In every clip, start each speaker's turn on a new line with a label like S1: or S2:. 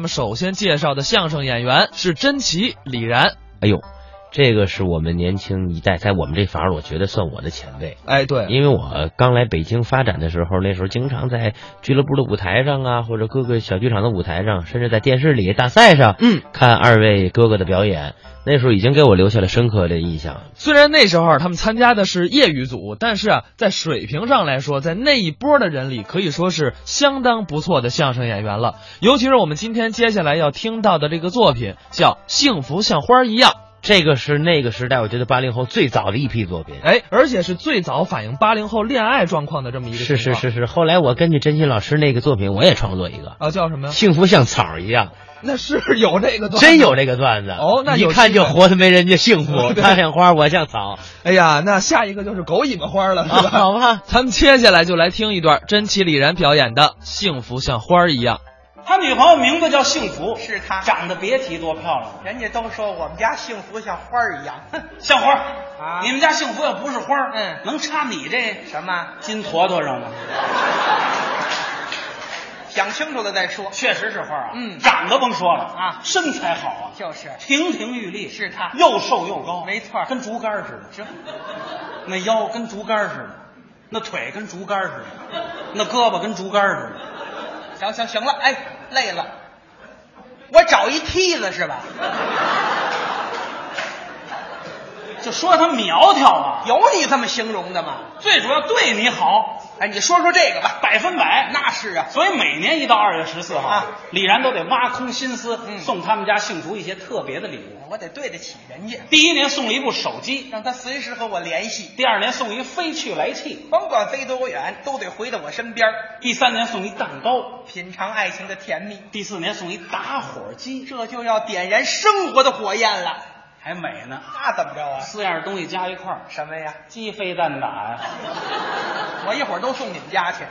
S1: 我们首先介绍的相声演员是甄奇、李然。
S2: 哎呦，这个是我们年轻一代，在我们这行儿，我觉得算我的前辈。
S1: 哎，对，
S2: 因为我刚来北京发展的时候，那时候经常在俱乐部的舞台上啊，或者各个小剧场的舞台上，甚至在电视里大赛上
S1: 嗯，
S2: 看二位哥哥的表演，那时候已经给我留下了深刻的印象。
S1: 虽然那时候他们参加的是业余组，但是啊，在水平上来说，在那一波的人里，可以说是相当不错的相声演员了。尤其是我们今天接下来要听到的这个作品，叫《幸福像花儿一样》。
S2: 这个是那个时代，我觉得八零后最早的一批作品。
S1: 哎，而且是最早反映八零后恋爱状况的这么一个
S2: 是
S1: 情
S2: 是
S1: 况
S2: 是是，后来我根据真心老师那个作品，我也创作一个，
S1: 啊，叫什么 呀？
S2: 幸福像草儿一 样，
S1: 那是有这个段子
S2: 真有这个段子
S1: 哦那
S2: 一
S1: 有
S2: 看
S1: 机
S2: 就
S1: 会
S2: 活得没人家幸 福，
S1: 对
S2: 他像花，我像草，
S1: 哎呀，那下一个就是狗尾巴花了，
S2: 啊 好吧。
S1: 咱们接下来就来听一段甄奇、李然表演的《幸福像花儿一样》。
S3: 他女朋友名字叫幸福，
S4: 是她
S3: 长得别提多漂亮了，
S4: 人家都说我们家幸福像花儿一样，
S3: 像花儿
S4: 啊
S3: 你们家幸福要不是花儿
S4: 嗯
S3: 能插你这
S4: 什么？
S3: 金坨坨上吗？
S4: 想清楚了再说。
S3: 确实是花儿啊，
S4: 嗯
S3: 长得甭说了
S4: 啊
S3: 身材好啊，
S4: 就是
S3: 亭亭玉立，
S4: 是她
S3: 又瘦又高，
S4: 没错儿
S3: 跟竹竿似的，
S4: 这
S3: 那腰跟竹竿似的，那腿跟竹竿似的，那胳膊跟竹竿似的，
S4: 行行行了，哎，累了，我找一梯子是吧？
S3: 就说他苗条啊，
S4: 有 你这么形容的吗？
S3: 最主要对你好，
S4: 哎，你说说这个吧。
S3: 百分百
S4: 那是啊，
S3: 所以每年一到二月十四号，
S4: 啊
S3: 李然都得挖空心思、
S4: 嗯
S3: 送他们家幸福一些特别的礼物。
S4: 我得对得起人家，
S3: 第一年送了一部手机，
S4: 让他随时和我联系，
S3: 第二年送一飞去来气，
S4: 甭管飞多远，都得回到我身边儿，
S3: 第三年送一蛋糕，
S4: 品尝爱情的甜蜜。
S3: 第四年送一打火机，
S4: 这就要点燃生活的火焰了。
S3: 还美呢。
S4: 那怎么着啊？
S3: 四样东西加一块儿，
S4: 什么呀？
S3: 鸡飞蛋打呀！
S4: 我一会儿都送你们家去。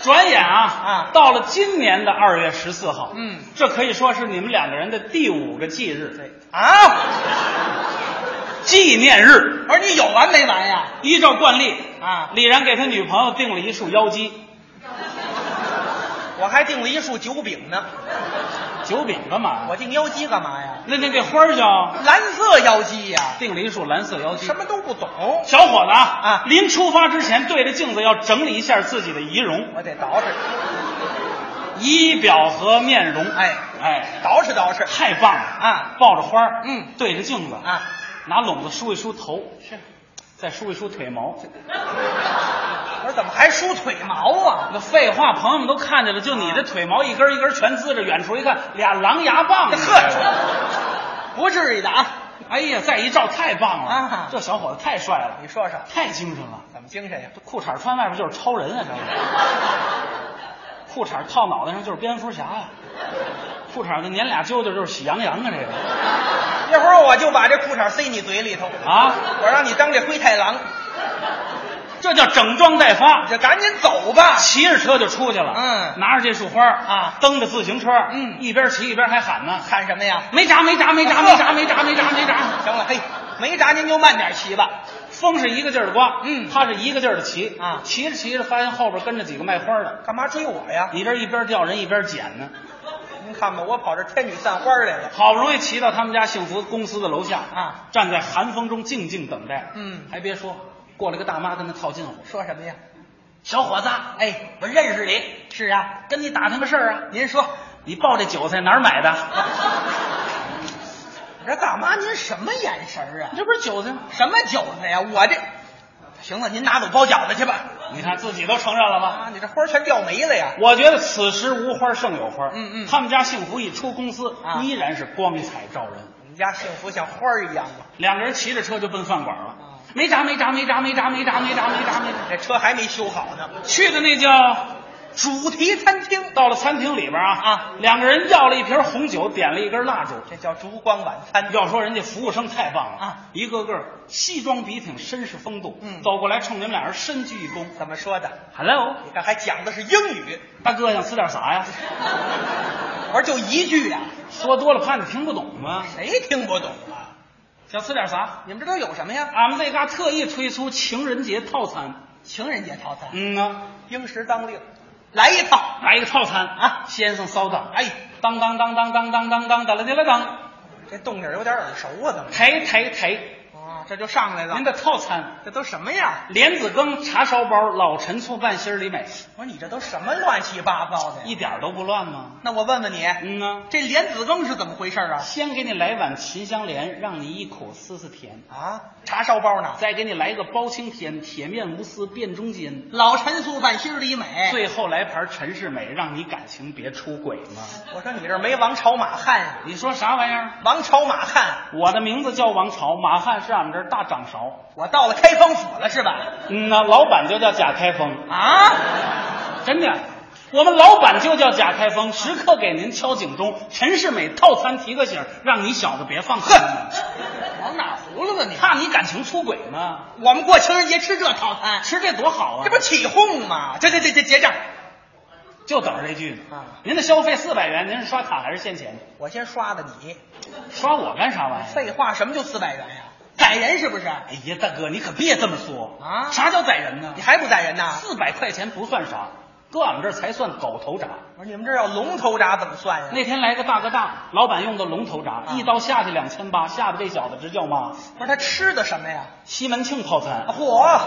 S3: 转眼啊
S4: 啊
S3: 到了今年的二月十四号，
S4: 嗯，
S3: 这可以说是你们两个人的第五个忌日，
S4: 啊！
S3: 纪念日。
S4: 我说你有完没完呀？
S3: 依照惯例
S4: 啊
S3: 李然给他女朋友订了一束妖姬，
S4: 我还订了一束酒饼呢，
S3: 酒饼干嘛？
S4: 我订妖姬干嘛呀？
S3: 那那这花儿叫
S4: 蓝色妖姬呀，
S3: 订了一束蓝色妖姬
S4: 什。么都不懂，
S3: 小伙子啊，
S4: 啊
S3: 临出发之前对着镜子要整理一下自己的仪容，
S4: 我得捯饬，
S3: 仪表和面容。
S4: 哎
S3: 哎，
S4: 捯饬捯饬
S3: 太棒了
S4: 啊！
S3: 抱着花儿
S4: 嗯
S3: 对着镜子，
S4: 啊！
S3: 拿笼子梳一梳头，
S4: 是，
S3: 再梳一梳腿毛。
S4: 我说怎么还梳腿毛啊？
S3: 那废话，朋友们都看见了，就你这腿毛一根一根全滋着，远处一看俩狼牙棒子。
S4: 呵，不至于的啊！
S3: 哎呀，再一照太棒了
S4: 啊
S3: 这小伙子太帅了
S4: 你，说说
S3: 太精神了。
S4: 怎么精神呀？
S3: 这裤衩穿外边就是超人啊，这是。 裤衩套脑袋上就是蝙蝠侠呀、裤衩子粘俩揪揪就是喜羊羊啊，这个
S4: 一会儿我就把这裤衩塞你嘴里头，
S3: 啊，
S4: 我让你当这灰太狼，
S3: 这叫整装待
S4: 你
S3: 发。
S4: 就赶紧走吧。
S3: 骑着车就出去了，
S4: 嗯
S3: 拿着这束花
S4: 啊
S3: 蹬着自行车，
S4: 嗯
S3: 一边骑一边还喊呢，
S4: 喊什么呀？
S3: 没闸没闸没闸没闸没闸没闸没闸，
S4: 行了，嘿，没闸您就慢点骑吧。
S3: 风是一个劲儿的刮，
S4: 嗯
S3: 他是一个劲儿的骑
S4: 啊
S3: 骑着骑着发现后边跟着几个卖花的，
S4: 干嘛追我呀？
S3: 你这一边掉人一边捡呢，
S4: 您看吧，我跑这天女散花来了。
S3: 好不容易骑到他们家幸福公司的楼下
S4: 啊，
S3: 站在寒风中静静等待。
S4: 嗯
S3: 还别说，过来个大妈跟他套近乎。
S4: 说什么呀？
S3: 小伙子，
S4: 哎，我认识你。是啊，
S3: 跟你打听个事儿啊，
S4: 您说，
S3: 你抱这韭菜哪儿买的？
S4: 我说大妈，您什么眼神儿啊？
S3: 这不是韭菜吗？
S4: 什么韭菜呀？我这，行了，您拿走包饺子去吧。
S3: 你看自己都承认了吧？
S4: 啊，你这花儿全掉没了呀？
S3: 我觉得此时无花胜有花。
S4: 嗯嗯
S3: 他们家幸福一出公司，
S4: 啊
S3: 依然是光彩照人。
S4: 我们家幸福像花儿一样啊吧？
S3: 两个人骑着车就奔饭馆了
S4: 啊，
S3: 没闸没闸没闸没闸没闸没闸没闸没闸，
S4: 这车还没修好呢。
S3: 去的那叫。
S4: 主题餐厅，
S3: 到了餐厅里边啊
S4: 啊，
S3: 两个人要了一瓶红酒，点了一根蜡烛，
S4: 这叫烛光晚餐。
S3: 要说人家服务生太棒了
S4: 啊，
S3: 一个个西装笔挺，绅士风度，
S4: 嗯
S3: 走过来冲你们俩人深鞠一躬
S4: 怎么说的？
S3: ，Hello，
S4: 你看还讲的是英语。
S3: 大哥想吃点啥呀？
S4: 我说就一句呀、
S3: 说多了怕你听不懂吗？
S4: 谁听不懂啊？
S3: 想吃点啥？
S4: 你们这都有什么呀？
S3: 俺们这嘎特意推出情人节套餐，
S4: 情人节套餐，
S3: 嗯呢，
S4: 应时当令，来一套。
S3: 来一个套餐
S4: 啊
S3: 先生骚荡，
S4: 哎，
S3: 当当当当当当当当当了滴了当，
S4: 这动静儿有点耳熟啊，怎么？
S3: 抬抬抬，
S4: 啊，这就上来了。
S3: 您的套餐。
S4: 这都什么样？
S3: 莲子羹、茶烧包、老陈醋拌心儿里美，
S4: 我说你这都什么乱七八糟的？
S3: 一点儿都不乱吗？
S4: 那我问问你，
S3: 嗯呢，
S4: 这莲子羹是怎么回事啊？
S3: 先给你来碗秦香莲，让你一口思思甜，
S4: 啊，茶烧包呢？
S3: 再给你来个包青天，铁面无私辨忠奸，
S4: 老陈醋拌心里美。，
S3: 最后来盘陈世美，让你感情别出轨嘛。
S4: 我说你这没王朝马汉呀、
S3: 你说啥玩意儿？
S4: 王朝马汉，
S3: 我的名字叫王朝，马汉是俺们这儿大掌勺。
S4: 我到了开封府了是吧？
S3: 嗯呐，老板就叫贾开封，
S4: 啊，
S3: 真的，我们老板就叫贾开封，时刻给您敲警钟。陈世美套餐提个醒，让你小子别放肆，
S4: 往哪儿葫芦了你？
S3: 怕你感情出轨呢。
S4: 我们过情人节吃这套餐，
S3: 吃这多好啊！
S4: 这不起哄吗？这这这这结账，
S3: 就等着这句呢。
S4: 啊
S3: 您的消费四百元，您是刷卡还是现钱？
S4: 我先刷的你。
S3: 刷我干啥玩意儿？
S4: 废话，什么就四百元呀、宰人是不是？
S3: 哎呀，大哥，你可别这么说
S4: 啊
S3: 啥叫宰人呢
S4: 你？还不宰人呐？
S3: 四百块钱不算啥，搁俺们这儿才算狗头铡。
S4: 我说你们这要龙头铡怎么算呀、
S3: 那天来个大哥大，老板用的龙头铡，
S4: 啊
S3: 一刀下去两千八，吓得这小子直叫妈。
S4: 不是他吃的什么呀？
S3: 西门庆套餐，
S4: 嚯！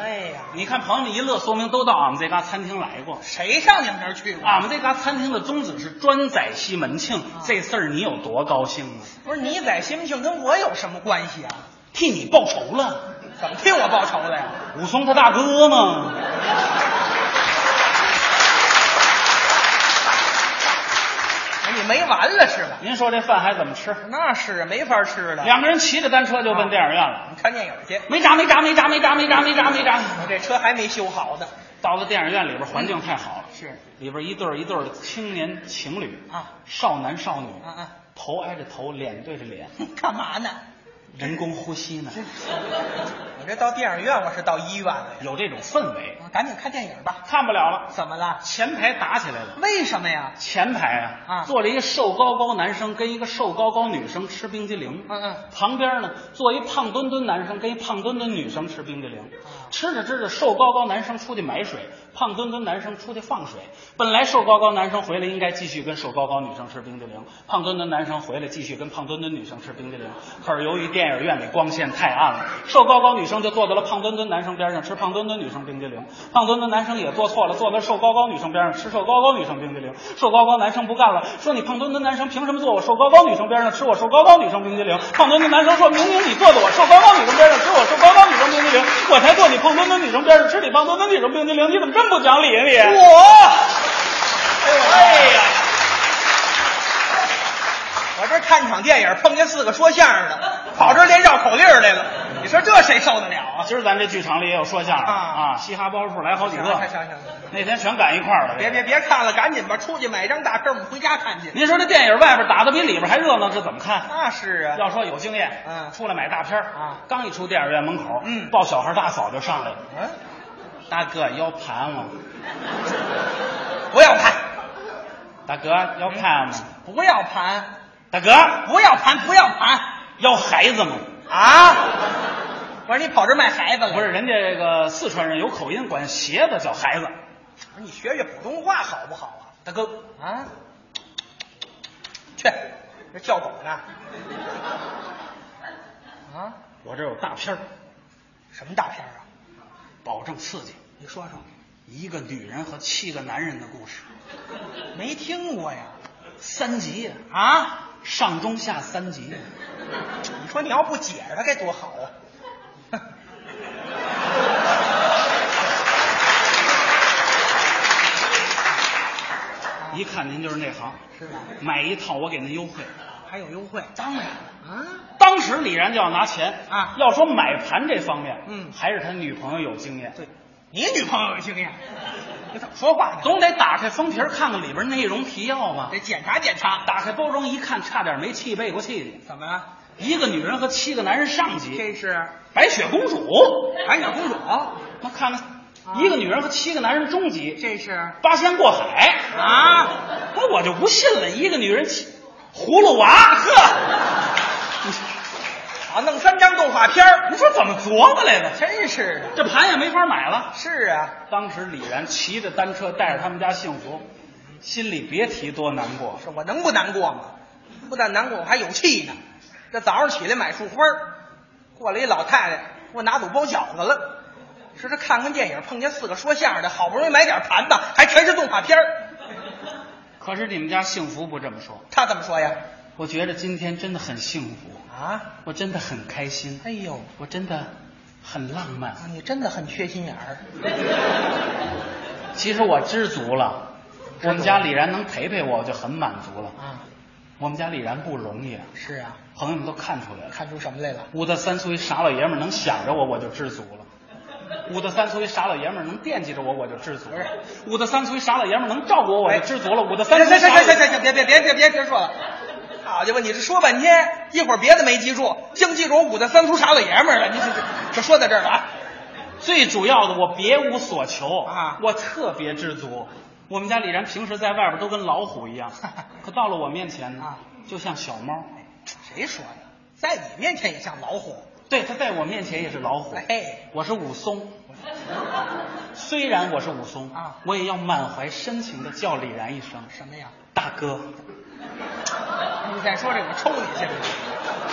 S4: 哎呀，
S3: 你看朋友们一乐，说明都到俺们这嘎餐厅来过。
S4: 谁上你们那儿去过？啊
S3: 俺们这嘎餐厅的宗旨是专宰西门庆，这事儿你有多高兴啊？
S4: 不是你宰西门庆跟我有什么关系啊？
S3: 替你报仇了。
S4: 怎么替我报仇了呀？
S3: 武松他大哥嘛。
S4: 哎你没完了是吧？
S3: 您说这饭还怎么吃？
S4: 那是没法吃了。
S3: 两个人骑着单车就奔电影院了，
S4: 你看电影去，
S3: 没闸没闸没闸没闸没闸没闸没闸。
S4: 我这车还没修好呢。
S3: 到了电影院里边，环境太好了，
S4: 是
S3: 里边一对儿一对儿的青年情侣
S4: 啊，
S3: 少男少女，
S4: 啊 嗯啊，
S3: 头挨着头，脸对着脸，
S4: 干嘛呢？
S3: 人工呼吸呢，
S4: 我这到电影院，我是到医院了呀。
S3: 有这种氛围，
S4: 啊赶紧看电影吧。
S3: 看不了了。
S4: 怎么了？
S3: 前排打起来了，
S4: 为什么呀？
S3: 前排啊，
S4: 啊
S3: 坐着一个瘦高高男生跟一个瘦高高女生吃冰激凌，
S4: 嗯嗯，
S3: 旁边呢坐一胖墩墩男生跟一胖墩墩女生吃冰激凌
S4: 啊，
S3: 吃着吃着，瘦高高男生出去买水，胖墩墩男生出去放水。本来瘦高高男生回来应该继续跟瘦高高女生吃冰激凌，胖墩墩男生回来继续跟胖墩墩女生吃冰激凌。可是由于电影院里光线太暗了，瘦高高女生就坐到了胖墩墩男生边上吃胖墩墩女生冰激凌，胖墩墩男生也做错了，坐到瘦高高女生边上吃瘦高高女生冰激凌。瘦高高男生不干了，说你胖墩墩男生凭什么坐我瘦高高女生边上吃我瘦高高女生冰激凌？胖墩墩男生说明明你坐的我瘦高高女生边上吃我瘦高高女生冰激凌，我才坐你胖墩墩女生边上吃你胖墩墩女生冰激凌，你怎么这么不讲理啊你？哎
S4: 我，
S3: 呀，
S4: 我这看场电影碰见四个说相声的，跑这儿练绕口令儿来了，你说这谁受得了啊？
S3: 今儿咱这剧场里也有说相声的
S4: 啊
S3: 啊，嘻哈包袱来好几
S4: 行啊
S3: 个，
S4: 行行行，
S3: 那天全赶一块儿了。
S4: 别别别看了，赶紧吧，出去买张大票，我们回家看去。
S3: 您说这电影外边打的比里边还热闹，这怎么看？
S4: 那是啊，
S3: 要说有经验，
S4: 嗯
S3: 出来买大片儿
S4: 啊
S3: 刚一出电影院门口，
S4: 嗯
S3: 抱小孩大嫂就上来了，
S4: 嗯，
S3: 大哥要盘我，
S4: 不要盘，
S3: 大哥
S4: 嗯
S3: 要看吗？
S4: 不要盘，
S3: 大哥
S4: 不要盘，不要盘
S3: 要孩子吗？
S4: 啊！我说你跑这儿卖孩子了？
S3: 不是，，人家这个四川人有口音，管鞋子叫孩子。
S4: 你学学普通话好不好啊？
S3: 大哥，
S4: 啊，去，这叫狗呢？啊，
S3: 我这有大片儿
S4: 什么大片儿啊？啊
S3: 保证刺激，
S4: 你说说，
S3: 一个女人和七个男人的故事，
S4: 没听过呀？
S3: 三集呀、
S4: 啊，
S3: 上中下三集。
S4: 你说你要不解释它该多好啊？啊
S3: 一看您就是内行，
S4: 是吧？
S3: 买一套我给您优惠。
S4: 还有优惠
S3: 当然了。
S4: 啊？
S3: 当时李然就要拿钱
S4: 啊
S3: 要说买盘这方面，
S4: 嗯
S3: 还是他女朋友有经验，
S4: 对，你女朋友有经验，你怎么说话呢？
S3: 总得打开封皮儿看看里边内容提要吧
S4: 得。检查检查。
S3: 打开包装一看，差点没气背过气去。
S4: 怎么了？
S3: 一个女人和七个男人上集，
S4: 这是
S3: 白雪公主，
S4: 白雪公主，
S3: 那看看，一个女人和七个男人终极，
S4: 这是
S3: 八仙过海。
S4: 啊，
S3: 那我就不信了，一个女人七，葫芦娃，呵，
S4: 啊，弄三张动画片儿
S3: 你说怎么琢磨来的？
S4: 真是的。
S3: 这盘也没法买了。
S4: 是啊，
S3: 当时李然骑着单车带着他们家幸福，心里别提多难过。
S4: 是我能不难过吗？不但难过，我还有气呢。这早上起来买束花儿过来一老太太，给我拿走包饺子了。说这看看电影，碰见四个说相声的，好不容易买点盘子，还全是动画片儿
S3: 可是你们家幸福不这么说，
S4: 他怎么说呀？
S3: 我觉得今天真的很幸福，
S4: 啊，
S3: 我真的很开心，
S4: 哎呦，
S3: 我真的很浪漫。
S4: 啊你真的很缺心眼儿。
S3: 其实我知足了，我们家李然能陪陪我，我就很满足了。
S4: 啊，
S3: 我们家李然不容易啊，
S4: 是啊，
S3: 朋友们都看出来了。
S4: 看出什么来了？
S3: 五大三粗一傻老爷们儿能想着我，我就知足了；五大三粗一傻老爷们儿能惦记着我，我就知足了；五大三粗一傻老爷们儿能照顾我，我就知足了；五大三
S4: 行
S3: 粗
S4: 行
S3: 一傻
S4: 行
S3: 老爷
S4: 行
S3: 们儿
S4: 行行，别别别别别别说了。好家伙，你这说半天，一会儿别的没记住，净记住我五大三粗傻老爷们儿了。你这这这说到这儿了啊？
S3: 最主要的，我别无所求
S4: 啊
S3: 我特别知足。我们家李然平时在外边都跟老虎一样，可到了我面前呢，
S4: 啊
S3: 就像小猫。
S4: 谁说的？在你面前也像老虎。
S3: 对，他在我面前也是老虎，
S4: 哎，
S3: 我是武松。虽然我是武松
S4: 啊
S3: 我也要满怀深情的叫李然一声
S4: 什么呀？
S3: 大哥。
S4: 你再说这个，我抽你信不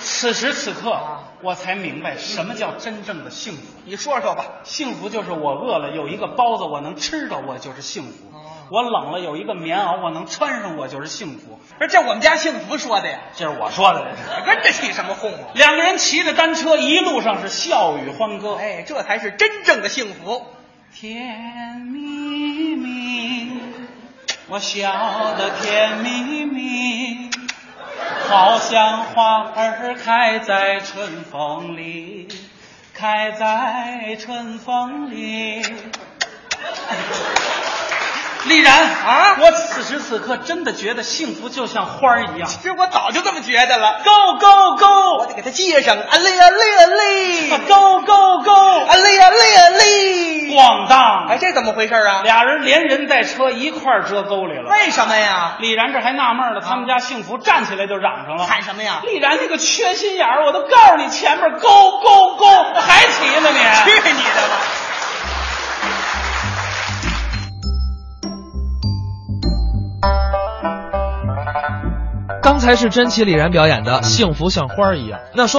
S3: 此时此刻
S4: 啊，
S3: 我才明白什么叫真正的幸福。
S4: 你说说吧。
S3: 幸福就是我饿了有一个包子我能吃着，我就是幸福
S4: 哦；
S3: 我冷了有一个棉袄我能穿上，我就是幸福。
S4: 不是，这我们家幸福说的呀，
S3: 这是我说的。
S4: 跟着起什么哄啊？
S3: 两个人骑着单车，一路上是笑语欢歌，
S4: 哎，这才是真正的幸福。
S3: 甜蜜蜜，我笑得甜蜜蜜，好像花儿开在春风里，开在春风里。丽然
S4: 啊
S3: 我此时此刻真的觉得幸福就像花儿一样。
S4: 其实我早就这么觉得了，
S3: Go go
S4: 我
S3: go！
S4: 得给他接上。啊嘞啊嘞啊嘞，
S3: 啊 Go go
S4: 啊
S3: go！
S4: 嘞啊嘞啊嘞。
S3: 咣当！
S4: 哎，这怎么回事啊？
S3: 俩人连人带车一块儿折沟里了。
S4: 为什么呀？
S3: 李然这还纳闷呢，他们家幸福站起来就嚷上了。
S4: 喊什么呀？
S3: 李然这个缺心眼儿，我都告诉你前面勾勾勾还骑呢
S4: 去
S3: 你。
S4: 你的吧！
S1: 刚才是真奇李然表演的《幸福像花儿一样》，那说。